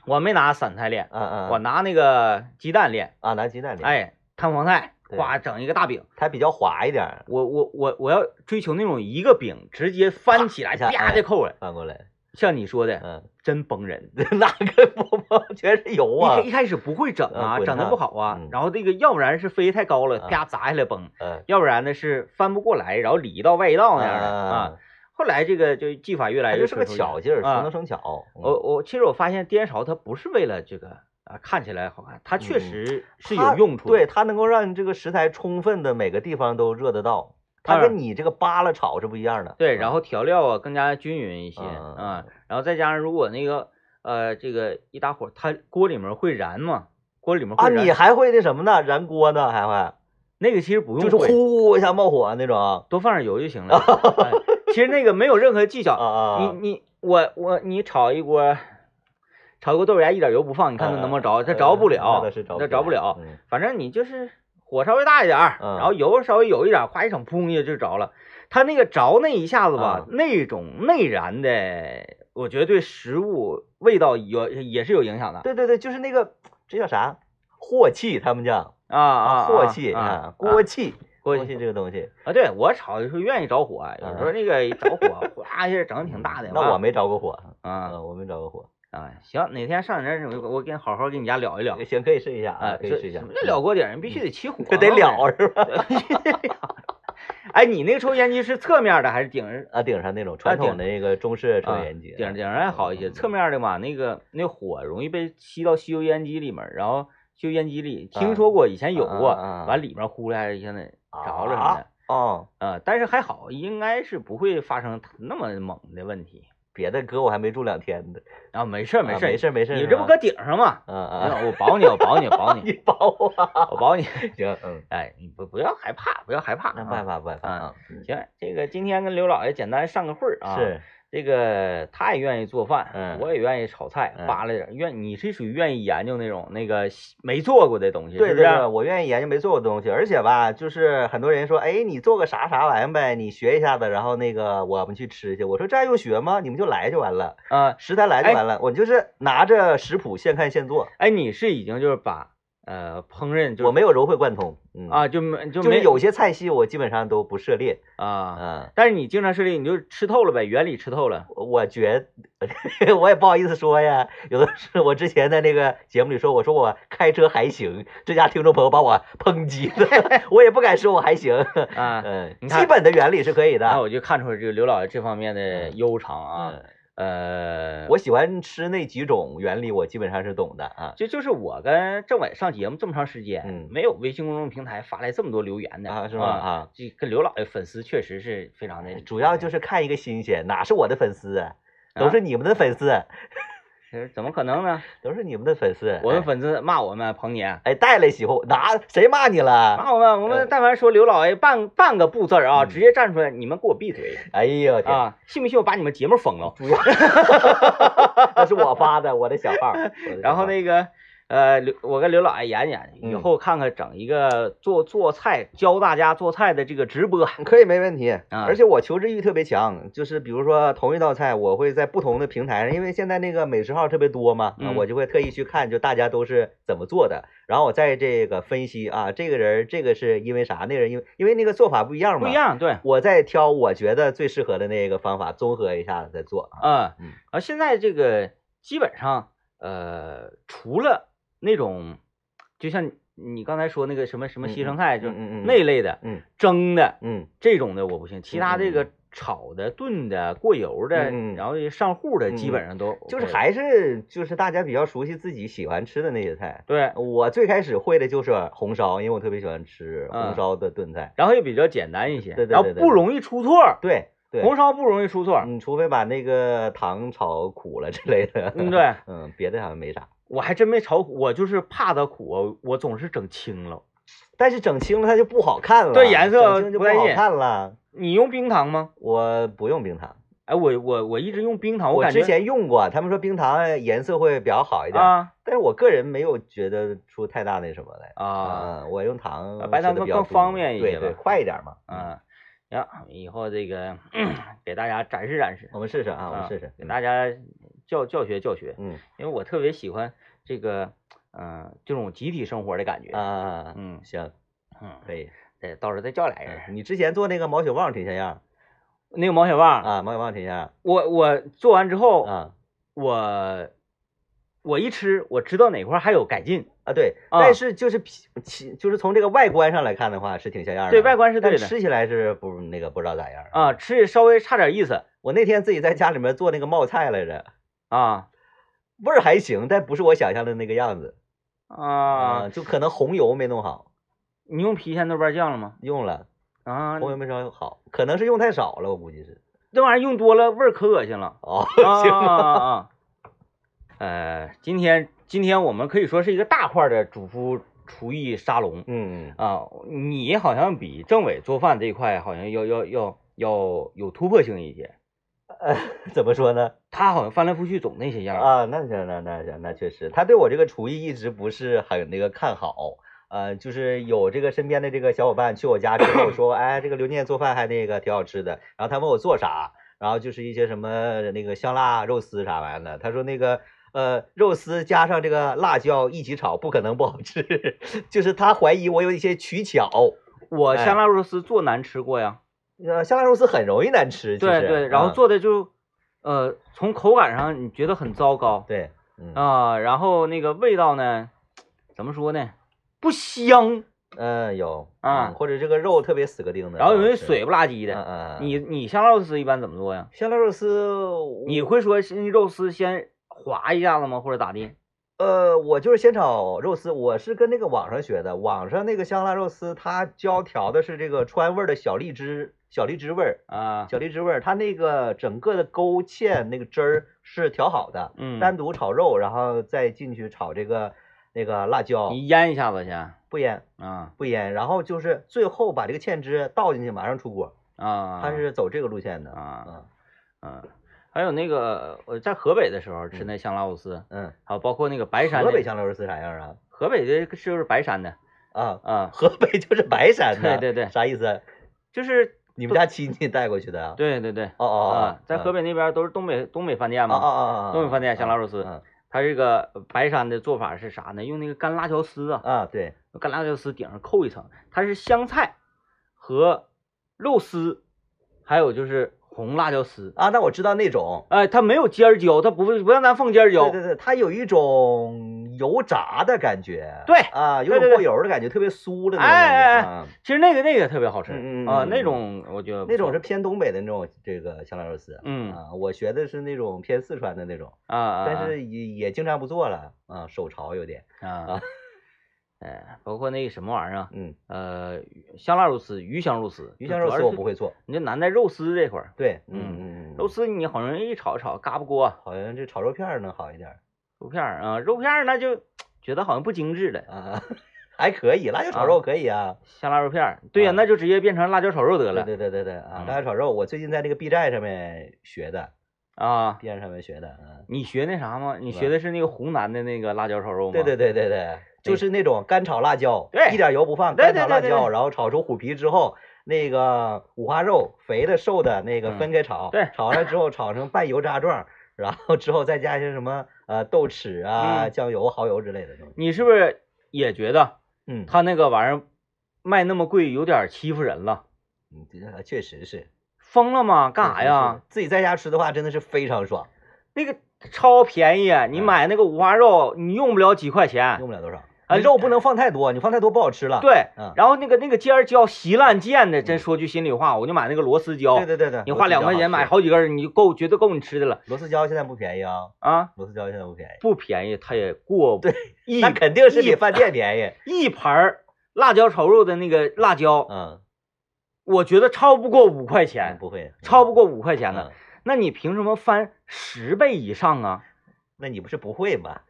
A: 我没拿散菜练。
B: 嗯嗯，
A: 我拿那个鸡蛋炼，
B: 啊拿鸡蛋练，，
A: 哎，摊黄菜，
B: 对
A: 哗整一个大饼。
B: 它比较滑一点儿，
A: 我我我我要追求那种一个饼直接翻起来，
B: 一下
A: 啪
B: 哎
A: 就扣了。
B: 翻过来，
A: 像你说的，
B: 嗯， [LAUGHS]
A: 真崩人。
B: 那个不不全是油
A: 一
B: 啊
A: 开，一开始不会整
B: 嗯
A: 啊，
B: 滚
A: 整
B: 烫
A: 的不好啊
B: 嗯。
A: 然后这个要不然是飞太高
B: 啊
A: 了，啪砸下来崩；
B: 嗯
A: 要不然呢是翻不过来，然后里一道外一道那样的啊。
B: 啊，
A: 后来这个就技法越来
B: 它
A: 越
B: 就是个
A: 纯熟
B: 巧
A: 了
B: 劲儿，熟
A: 啊
B: 能生巧，嗯
A: 我我其实我发现颠勺它不是为了这个啊，看起来好看，它确
B: 嗯
A: 实是
B: 它
A: 有用处的。
B: 对，它能够让你这个食材充分的每个地方都热得到。它
A: 当
B: 跟
A: 然
B: 你这个扒拉炒是不一样的。
A: 对，
B: 嗯
A: 然后调料啊更加均匀一些
B: 嗯
A: 啊，然后再加上如果那个呃这个一大火，它锅里面会燃嘛，锅里面
B: 啊，
A: 会燃，
B: 你还会那什么呢？燃锅呢？还会
A: 那个其实不用
B: 就是
A: 会，
B: 呼一下冒火那种啊
A: 多放点油就行了。哎其实那个没有任何技巧，
B: 啊！
A: 你你我我你炒一锅，炒一锅豆腐芽一点油不放，你看它能不能着？它着不了，
B: 嗯啊呃那倒是着
A: 它着不了。
B: 嗯
A: 反正你就是火稍微大一点儿，
B: 嗯
A: 然后油稍微有一点儿，哗一整砰一下就着了。它那个着那一下子吧，
B: 嗯
A: 那种内燃的，我觉得对食物味道有也是有影响的。
B: 对对对，就是那个这叫啥？镬气，他们叫
A: 啊啊，
B: 镬气
A: 啊，
B: 锅气，
A: 锅
B: 气
A: 气
B: 这个东西。
A: 啊，对我炒的时候愿意着火，有时候那个一着火，哗一下整挺大的。
B: 嗯那我没着过火
A: 啊
B: 啊，我没着过火。
A: 啊，行，哪天上你那儿，我我给你好好给你家聊一聊。
B: 行，可以试一下
A: 啊，
B: 可以试一下
A: 什。么叫了锅底儿？你必须嗯 [LAUGHS] 得啊起火，
B: 这得了是吧？
A: 哎，你那个抽烟机是侧面的还是顶着？
B: 啊，顶上那种传统的那个中式抽
A: 啊
B: 烟机，
A: 顶上顶上还好一些，
B: 嗯
A: 侧面的嘛，那个那火容易被吸到吸油烟机里面儿，然后吸油烟机里听说过，以前有过，
B: 啊啊啊啊
A: 完里面呼啦一下子着了什么
B: 啊
A: 的，
B: 哦，
A: 呃，但是还好，应该是不会发生那么猛的问题
B: 别的歌我还没住两天呢。
A: 啊，没事儿没
B: 啊
A: 事儿，
B: 没事儿没事儿
A: 你
B: 是
A: 这不
B: 吧
A: 搁顶上吗？
B: 嗯
A: 哎
B: 啊，
A: 呀我保你，我保你，我保你，
B: [LAUGHS] 你把我
A: 我保 [LAUGHS] 你，
B: 行，嗯，
A: 哎，你不不要害怕，不要害怕，
B: 那
A: 啊
B: 办法办法
A: 啊
B: 啊，嗯
A: 行，这个今天跟刘老爷简单上个会儿啊，
B: 是
A: 这个他也愿意做饭，
B: 嗯
A: 我也愿意炒菜，
B: 嗯
A: 扒拉点儿。愿你是属于愿意研究那种那个没做过的东西，是啊
B: 对
A: 不
B: 对
A: 是？
B: 对，我愿意研究没做过的东西，而且吧，就是很多人说，哎，你做个啥啥玩意儿呗，你学一下子，然后那个我们去吃去。我说这还用学吗？你们就来就完了，
A: 啊、
B: 食材来就完了。我就是拿着食谱现看现做，
A: 哎，你是已经就是把呃烹饪就是
B: 我没有融会贯通。嗯，
A: 啊就没就
B: 就
A: 没
B: 是有些菜系我基本上都不涉猎。
A: 啊，
B: 嗯，
A: 但是你经常设立，你就吃透了呗，原理吃透
B: [LAUGHS]
A: 了。
B: 我觉 [LAUGHS] 我也不好意思说呀，有的是我之前在那个节目里说，我说我开车还行，这家听众朋友把我抨击了， [LAUGHS] 我也不敢说我还行。
A: [LAUGHS] 啊
B: 嗯，
A: 你看啊
B: 基本的原理是可以的。
A: 那我就看出来这个刘老爷这方面的
B: 嗯
A: 悠长啊，
B: 嗯，
A: 呃，
B: 我喜欢吃那几种原理，我基本上是懂的啊。
A: 就就是我跟政委上节目这么长时间，
B: 嗯
A: 没有微信公众平台发来这么多留言的
B: 啊，是吗？啊，哎
A: 这跟刘老爷粉丝确实是非常的，
B: 主要就是看一个新鲜，哪是我的粉丝啊？都
A: 啊
B: 是你们的粉丝，
A: 是怎么可能呢？
B: 都是你们的粉丝。
A: 我们
B: 哎
A: 粉丝骂我们彭年，
B: 哎带来喜欢，哪谁骂你了？
A: 骂我们，我们但凡说刘老爷半半个不字儿啊，
B: 哎嗯
A: 直接站出来，你们给我闭嘴
B: 哎呦天，
A: 啊！信不信我把你们节目封了？
B: 主要那是我发的，我的小 [LAUGHS] 号。我的小
A: 然后
B: 号？
A: 那个。呃，刘，我跟刘老爷研究研究，以
B: 嗯
A: 后看看整一个做做菜，教大家做菜的这个直播。
B: 可以，没问题。而且我求知欲特别强，就是比如说同一道菜，我会在不同的平台上，因为现在那个美食号特别多嘛，啊
A: 嗯
B: 我就会特意去看，就大家都是怎么做的，然后我在这个分析啊，这个人这个是因为啥，那个人因为因为那个做法不一样嘛，
A: 不一。样，对，
B: 我再挑我觉得最适合的那个方法，综合一下子再做啊。
A: 啊，
B: 嗯
A: 而现在这个基本上，呃，除了那种，就像你刚才说那个什么什么
B: 嗯
A: 西
B: 嗯
A: 生菜，
B: 嗯
A: 就是
B: 嗯嗯
A: 那类的，
B: 嗯
A: 蒸的，
B: 嗯，
A: 这种的我不行，其他这
B: 嗯
A: 个炒的、炖的、过油的，
B: 嗯嗯
A: 然后上户的，
B: 嗯
A: 基本上都
B: 就是
A: OK
B: 还是就是大家比较熟悉自己喜欢吃的那些菜。
A: 对，
B: 我最开始会的就是红烧，因为我特别喜欢吃红
A: 嗯
B: 烧的炖菜。
A: 然后也比较简单一些，
B: 对对
A: 然后
B: 对对
A: 不
B: 对
A: 容易出错儿，
B: 对对，
A: 红烧不容易出错儿。
B: 嗯，除非把那个糖炒苦了之类的。
A: 嗯对，
B: 嗯，别的好像没啥。
A: 我还真没炒苦，我就是怕它苦，我总是整青了。
B: 但是整清了它就不好看了，
A: 对颜色
B: 整清就
A: 不
B: 不
A: 太
B: 好
A: 印
B: 看了。
A: 你用冰糖吗？
B: 我不用冰糖，
A: 哎，我我啊我一直用冰糖，
B: 我
A: 感觉
B: 之前用过，他们说冰糖颜色会比较好一点，
A: 啊
B: 但是我个人没有觉得出太大那什么来。
A: 啊
B: 嗯我用糖
A: 啊，白糖更更方便一些
B: 对对，
A: 吧
B: 快一点嘛。嗯，
A: 啊！行，以后这个 [CLEARS THROAT] 给大家展示展示，
B: 我们试试啊，我们
A: 啊
B: 试试。
A: 给大家教教学教学，
B: 嗯
A: 因为我特别喜欢这个，嗯、这种集体生活的感觉。
B: 啊啊，啊
A: 嗯
B: 行，
A: 嗯，
B: 可以。
A: 对，到时候再叫俩人。
B: 嗯你之前做那个毛血旺挺像样
A: 那个毛小旺，
B: 啊，毛血旺挺像样
A: 我我做完之后，
B: 啊。
A: 我我一吃，我知道哪块儿还有改进。
B: 啊，对，
A: 啊
B: 但是就是皮其就是从这个外观上来看的话是挺像样的，啊
A: 对外观是对
B: 但
A: 的
B: 吃起来是不那个不知道咋样儿。
A: 啊，吃稍微差点意思
B: 我那天自己在家里面做那个冒菜来着，
A: 啊
B: 味儿还行，但不是我想象的那个样子。
A: 啊，
B: 就可能红油没弄好，
A: 你用郫县豆瓣酱了吗？
B: 用了
A: 啊，
B: 红油没烧好，可能是用太少了，我估计是。
A: 这玩意儿用多了味儿可恶心了。
B: 哦，
A: [LAUGHS] 啊
B: [LAUGHS] 行
A: 啊
B: 吧，
A: 啊啊！呃，今天今天我们可以说是一个大块儿的主妇厨艺沙龙
B: 嗯，
A: 啊。你好像比政委做饭这一块好像要要要要有突破性一些，
B: 嗯怎么说呢？
A: 他好像翻来覆去总那些样儿。
B: 啊，那行，那那行，那确实，他对我这个厨艺一直不是很那个看好。呃，就是有这个身边的这个小伙伴去我家之
A: [COUGHS]
B: 后说，哎，这个刘念做饭还那个挺好吃的。然后他问我做啥，然后就是一些什么那个香辣肉丝啥玩意儿的。他说那个呃，肉丝加上这个辣椒一起炒，不可能不好吃。 [LAUGHS] 就是他怀疑我有一些取巧。
A: 我
B: 哎
A: 香辣肉丝做难吃过呀，
B: 呃，香辣肉丝很容易难吃，其
A: 对
B: 实
A: 对，然后
B: 嗯
A: 做的就呃从口感上你觉得很糟糕
B: 对，嗯
A: 啊，然后那个味道呢，怎么说呢，不香，
B: 嗯有
A: 啊
B: 嗯或者这个肉特别死个钉子，
A: 然后有
B: 人
A: 人水不拉几
B: 嗯
A: 的。
B: 嗯，嗯
A: 你你香辣肉丝一般怎么做呀？
B: 香辣肉丝，
A: 你
B: 我
A: 会说先肉丝先划一下子吗？或者咋地？
B: 呃，我就是先炒肉丝，我是跟那个网上学的，网上那个香辣肉丝，它教调的是这个川味儿的小荔枝，小荔枝味儿，
A: 啊，
B: 小荔枝味儿，它那个整个的勾芡那个汁儿是调好的，
A: 嗯，
B: 单独炒肉，然后再进去炒这个那个辣椒，
A: 你腌一下子先
B: 不腌
A: 啊
B: 不腌，然后就是最后把这个芡汁倒进去，马上出锅，
A: 啊，
B: 它是走这个路线的，
A: 啊
B: 嗯
A: 嗯，还有那个我在河北的时候吃那香辣肉丝，
B: 嗯，
A: 还有包括那个白山
B: 河
A: 的，
B: 北香辣肉丝啥样啊？
A: 河北的就是白山的
B: 啊，
A: 啊，
B: 河北就是白山
A: [LAUGHS]
B: 的，
A: 对对对
B: 啥意思？
A: 就是
B: 你们家亲戚带过去的啊？
A: 对对对
B: 哦哦
A: 啊
B: 哦，，
A: 在河
B: 北
A: 北那边都是东北东北饭店
B: 啊啊
A: 嘛，
B: 啊啊，
A: 东北饭店香辣
B: 肉
A: 肉丝，
B: 嗯
A: 它这个白山的做法是啥呢？用那个干辣椒丝啊，
B: 啊，对，
A: 干辣椒丝顶上扣一层，它是香菜和肉丝，还有就是红辣椒丝。
B: 啊，那我知道那种，
A: 哎，它没有尖儿椒，它不会不像咱放尖儿椒。
B: 对对对，它有一种油炸的感觉，
A: 对
B: 啊，有
A: 对对
B: 种
A: 对
B: 过油的感觉，特别酥的那种
A: 哎
B: 感觉，
A: 哎哎
B: 啊
A: 其实那个那个特别好吃啊、
B: 嗯嗯嗯
A: 那
B: 嗯
A: 种我觉得不
B: 那种
A: 错
B: 是偏东北的那种这个香辣肉丝，
A: 嗯啊
B: 啊，我学的是那种偏四川的那种，
A: 啊，
B: 但是也也经常不做了，啊，手潮有点，
A: 啊
B: 啊，
A: 哎，包括那个什么玩意儿啊，
B: 嗯，
A: 呃，香辣肉丝、鱼香肉丝，
B: 鱼香肉丝我不
A: 会。
B: 会做，
A: 你这难在肉丝这块儿，
B: 对，
A: 嗯
B: 嗯嗯
A: 肉丝你好容易一炒炒嘎巴锅
B: 好像这炒肉片儿能好一点儿
A: 肉片儿啊，肉片儿那就觉得好像不精致了。
B: 啊，还可以，辣椒炒肉可以啊
A: 香辣肉片儿，对呀、
B: 啊
A: 那就直接变成辣椒炒肉得了
B: 对对对对对啊
A: 嗯！
B: 辣椒炒肉，我最近在那个 B 站上面学的
A: 啊。
B: ，B 站上面学的，嗯，
A: 你学那啥吗？你
B: 是
A: 学
B: 吧
A: 的是那个湖南的那个辣椒炒肉吗？
B: 对对对对对，就是那种干炒辣椒，
A: 对
B: 一点油不放，
A: 对对
B: 干
A: 对
B: 炒辣
A: 对对
B: 椒，然后炒出虎皮之后，那个五花肉，肥的瘦的那个
A: 嗯
B: 分开炒，
A: 对
B: 炒完之后炒成半油炸状，然后之后再加一些什么呃豆豉啊、
A: 嗯
B: 酱油、蚝油之类的东西，
A: 你是不是也觉得
B: 嗯，
A: 他那个玩意儿卖那么贵，有点欺负人了？
B: 嗯这确实是，
A: 疯了吗？干啥
B: 确实
A: 呀
B: 是？？自己在家吃的话，真的是非常爽，
A: 那个超便宜，你买那个五花肉，你用不了几块钱
B: 嗯用。不了多少，
A: 啊
B: 啊，肉不能放太多，你放太多不好吃了，
A: 对
B: 嗯，
A: 然后那个那个尖儿椒稀烂贱的，真说句心里话，我就买那个螺丝椒
B: 对，对对对，
A: 你
B: 螺
A: 花
B: 丝
A: 两
B: 椒
A: 块
B: 好
A: 钱买
B: 吃
A: 好几根儿，你就够绝对够你吃的了
B: 螺丝椒现在不便宜啊，
A: 啊！
B: 螺丝椒现在不便宜，
A: 不便宜，它也过
B: 对
A: 一
B: 那肯定是
A: 一
B: 比饭店便宜。
A: 一盘儿辣椒炒肉的那个辣椒，
B: 嗯，
A: 我觉得超不过五块钱，
B: 不会，
A: 超哦哎不过五块钱的
B: 嗯。。
A: 那你凭什么翻十倍以上啊？ [LAUGHS]
B: 那你不是不会吗？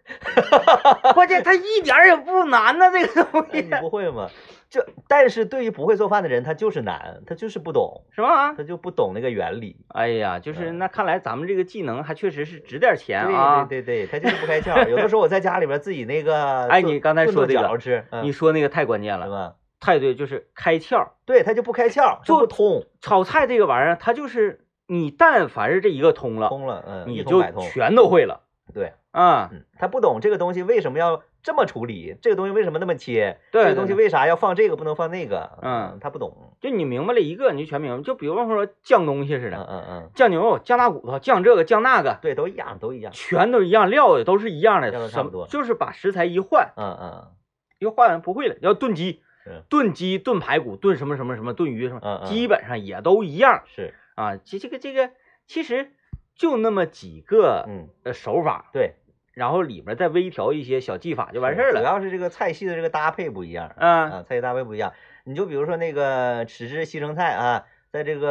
A: 关键它一点儿也不难呢，这个东
B: 那
A: 西
B: 你不会吗？这，但是对于不会做饭的人，他就是难，他就是不懂，
A: 什么玩意儿？
B: 他就不懂那个原理。
A: [LAUGHS] 哎呀，就是
B: 嗯
A: 那看来咱们这个技能还确实是值点钱啊。
B: 对对对对，他就是不
A: [LAUGHS]
B: 开窍。有的时候我在家里边自己那个炖，
A: 哎你刚才
B: 炖
A: 说
B: 豆
A: 这个
B: 角吃，嗯
A: 你说那个太关键
B: 什
A: 了，
B: 么？
A: 太对，就是开窍。
B: 对，他就不开窍，他
A: 做
B: 不通，
A: 炒菜这个玩意儿，它就是你但凡是这一个通了，
B: 通了，嗯，
A: 你
B: 一通
A: 就
B: 百通。
A: 全都会了
B: 对，
A: 啊。
B: 嗯，他不懂这个东西为什么要这么处理，这个东西为什么那么切，
A: 对
B: 这
A: 对
B: 个东西
A: 对
B: 为啥要放这个不能放那个？
A: 嗯
B: 他不懂。
A: 就你明白了一个，你就全明白。就比方说酱东西似
B: 嗯
A: 的，
B: 嗯嗯，
A: 酱牛肉、酱大骨头、酱这个、酱那个，
B: 对，都一样，都一样。
A: 全都一样，料也都是一样
B: 料
A: 的，
B: 都
A: 什
B: 差不
A: 么
B: 多
A: 就是把食材一换，
B: 嗯嗯
A: 一换完不会了。要炖鸡
B: 是，
A: 炖鸡、炖排骨、炖什么什么什么、炖鱼什
B: 嗯
A: 么，
B: 嗯
A: 基本上也都一样
B: 嗯，是，
A: 啊。这这个这个其实就那么几个
B: 嗯，
A: 呃手法，
B: 对，
A: 然后里面再微调一些小技法就完事儿
B: 主
A: 了。
B: 要是这个菜系的这个搭配不一样
A: 嗯
B: 啊，菜系搭配不一样。你就比如说那个豉汁西城菜啊，在这个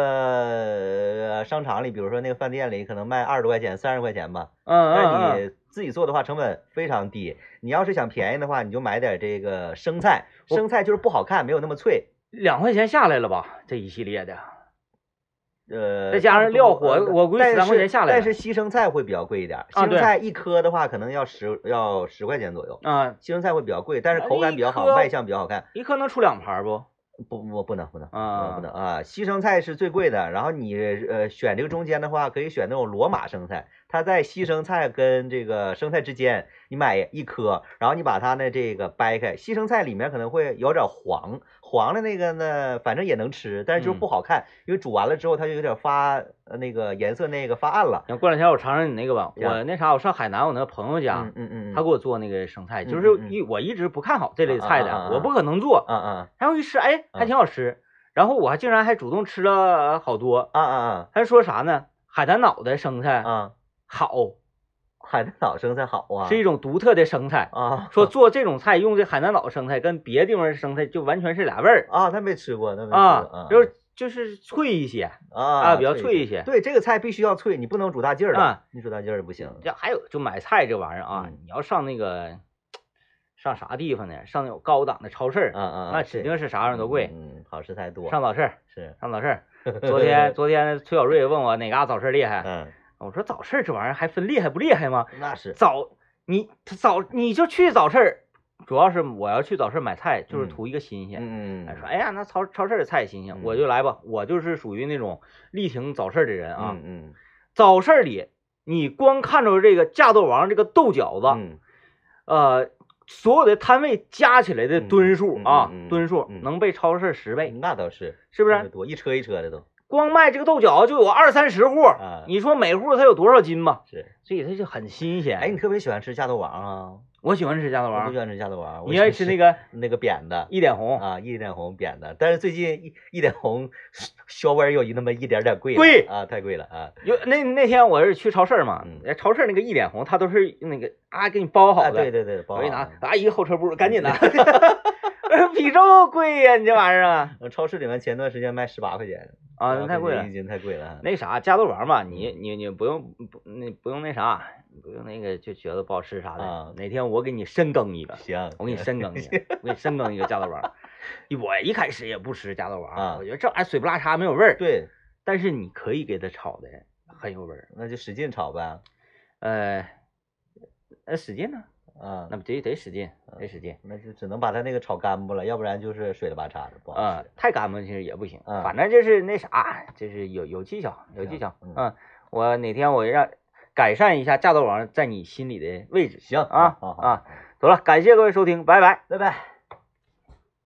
B: 呃商场里，比如说那个饭店里，可能卖二十多块钱、三十块钱吧。
A: 嗯嗯
B: 但
A: 嗯，
B: 你自己做的话，成本非常低。你要是想便宜的话，你就买点这个生菜，
A: 我
B: 生菜就是不好看，没有那么脆。
A: 两块钱下来了吧？这一系列的，
B: 呃，
A: 再加上
B: 差不
A: 料
B: 多
A: 火
B: 呃
A: 我估计
B: 但
A: 13块钱
B: 是
A: 下来了
B: 但是西生菜会比较贵一点，西
A: 啊
B: 生
A: 对
B: 菜一颗的话可能要十要十块钱左右。
A: 啊，
B: 西生菜会比较贵，但是
A: 啊
B: 口感
A: 一
B: 比较好，
A: 颗
B: 卖相比较好看。
A: 一颗能出两盘不？
B: 不不不能不能
A: 啊
B: 不能啊！西生菜是最贵的，然后你呃选这个中间的话，可以选那种罗马生菜，它在西生菜跟这个生菜之间，你买一颗，然后你把它呢这个掰开，西生菜里面可能会有点黄，黄的那个呢，反正也能吃，但是
A: 嗯
B: 就是不好看，因为煮完了之后它就有点发呃那个颜色那个发暗了。
A: 那过两天我尝尝你那个吧。
B: 行
A: 我那啥，我上海南我那朋友家
B: 嗯，嗯嗯，
A: 他给我做那个生菜，
B: 嗯
A: 就
B: 嗯
A: 是
B: 嗯
A: 一我一直不看好这类菜
B: 啊啊啊啊
A: 的，
B: 啊
A: 我不可能做。
B: 啊啊
A: 然后一吃，哎，还挺好吃。然后我还竟然还主动吃了好多。
B: 啊啊
A: 他说啥呢？海南岛的生
B: 啊
A: 菜
B: 啊！
A: 好，
B: 海南岛生菜好啊，
A: 是一种独特的生菜。
B: 啊
A: 说做这种菜用这海南岛生菜跟别地方的生菜就完全是俩味儿
B: 啊，那没吃过，那没吃过
A: 啊，
B: 啊
A: 就是就是脆一些。
B: 啊
A: 啊比较脆一
B: 一
A: 些
B: 对，这个菜必须要脆，你不能煮大劲儿的，
A: 啊
B: 你煮大劲儿不行。
A: 这还有就买菜这玩意儿啊
B: 嗯，
A: 你要上那个上啥地方呢？上那种高档的超市儿，
B: 啊啊，
A: 那指定是啥
B: 啥
A: 样都贵。
B: 嗯，好食材多
A: 上早市儿，
B: 是，
A: 上早市儿。昨天昨天崔小瑞问我哪嘎早市厉害，
B: [LAUGHS] 嗯，
A: 我说早市这玩意儿还分厉害不厉害吗？
B: 那是
A: 早你早你就去早市儿，主要是我要去早市买菜，就是
B: 嗯
A: 图一个新鲜。
B: 嗯
A: 哎说哎呀，那超超市的菜新鲜，
B: 嗯
A: 我就来吧。我就是属于那种力挺早市的人啊。
B: 嗯
A: 早市里你光看着这个架豆王这个豆角子，
B: 嗯
A: 呃，所有的摊位加起来的吨数
B: 嗯嗯
A: 啊
B: 嗯嗯，
A: 吨数
B: 嗯
A: 能被超市十倍，
B: 嗯，那倒是，
A: 是不
B: 那
A: 是？
B: 多一车一车的都
A: 光卖这个豆角就有二三十户，
B: 啊，
A: 你说每户它有多少斤吧？
B: 是。
A: 所以它就很新鲜。
B: 哎，你，特别喜欢吃架豆王啊？
A: 我喜欢吃架豆
B: 我不
A: 王
B: 喜，欢吃架豆王，我
A: 你爱吃
B: 喜欢
A: 那个
B: 那个扁的。
A: 一点红，
B: 啊，一点红扁的，但是最近一一点红 [LAUGHS] 稍微有一那么一点点贵了，
A: 贵
B: 啊，太贵了啊！
A: 有那那天我是去超市嘛
B: 嗯，
A: 哎超市那个一点红，它都是那个啊给你包好
B: 啊，
A: 的，
B: 对对对，不好
A: 我一拿
B: 啊，
A: 阿姨
B: [LAUGHS]
A: 后车部，赶紧的， [LAUGHS] 比这贵呀、你这玩意儿啊，
B: 呃超市里面前段时间卖十八块钱
A: 啊，那太贵了
B: 一。斤太贵了。啊
A: 那啥，加豆丸嘛，你你你不用不那不用那啥，不用那个就觉得不好吃啥的。
B: 啊
A: 哪天我给你深耕一个，
B: 行，呃
A: 我给你深耕
B: [LAUGHS]
A: 一个，我给你深耕一个加豆丸。我一开始也不吃加豆丸，
B: 啊
A: 我觉得这玩意儿水不拉碴，没有味儿。，
B: 对，
A: 但是你可以给它炒的很有味儿。
B: 那就使劲炒呗。
A: 呃，呃，使劲呢，
B: 啊
A: 那，不得得使劲，
B: 嗯
A: 得使劲。
B: 那就只能把它那个炒干巴了，要不然就是水了吧叉的，不好
A: 啊、
B: 吃。
A: 太干巴其实也不行，
B: 嗯
A: 反正就是那啥，哎就是有有技巧，有技巧。啊
B: 嗯
A: 我哪天我让改善一下驾豆王在你心里的位置。
B: 行
A: 啊
B: 好好
A: 啊，走了，感谢各位收听，拜拜。
B: 拜拜。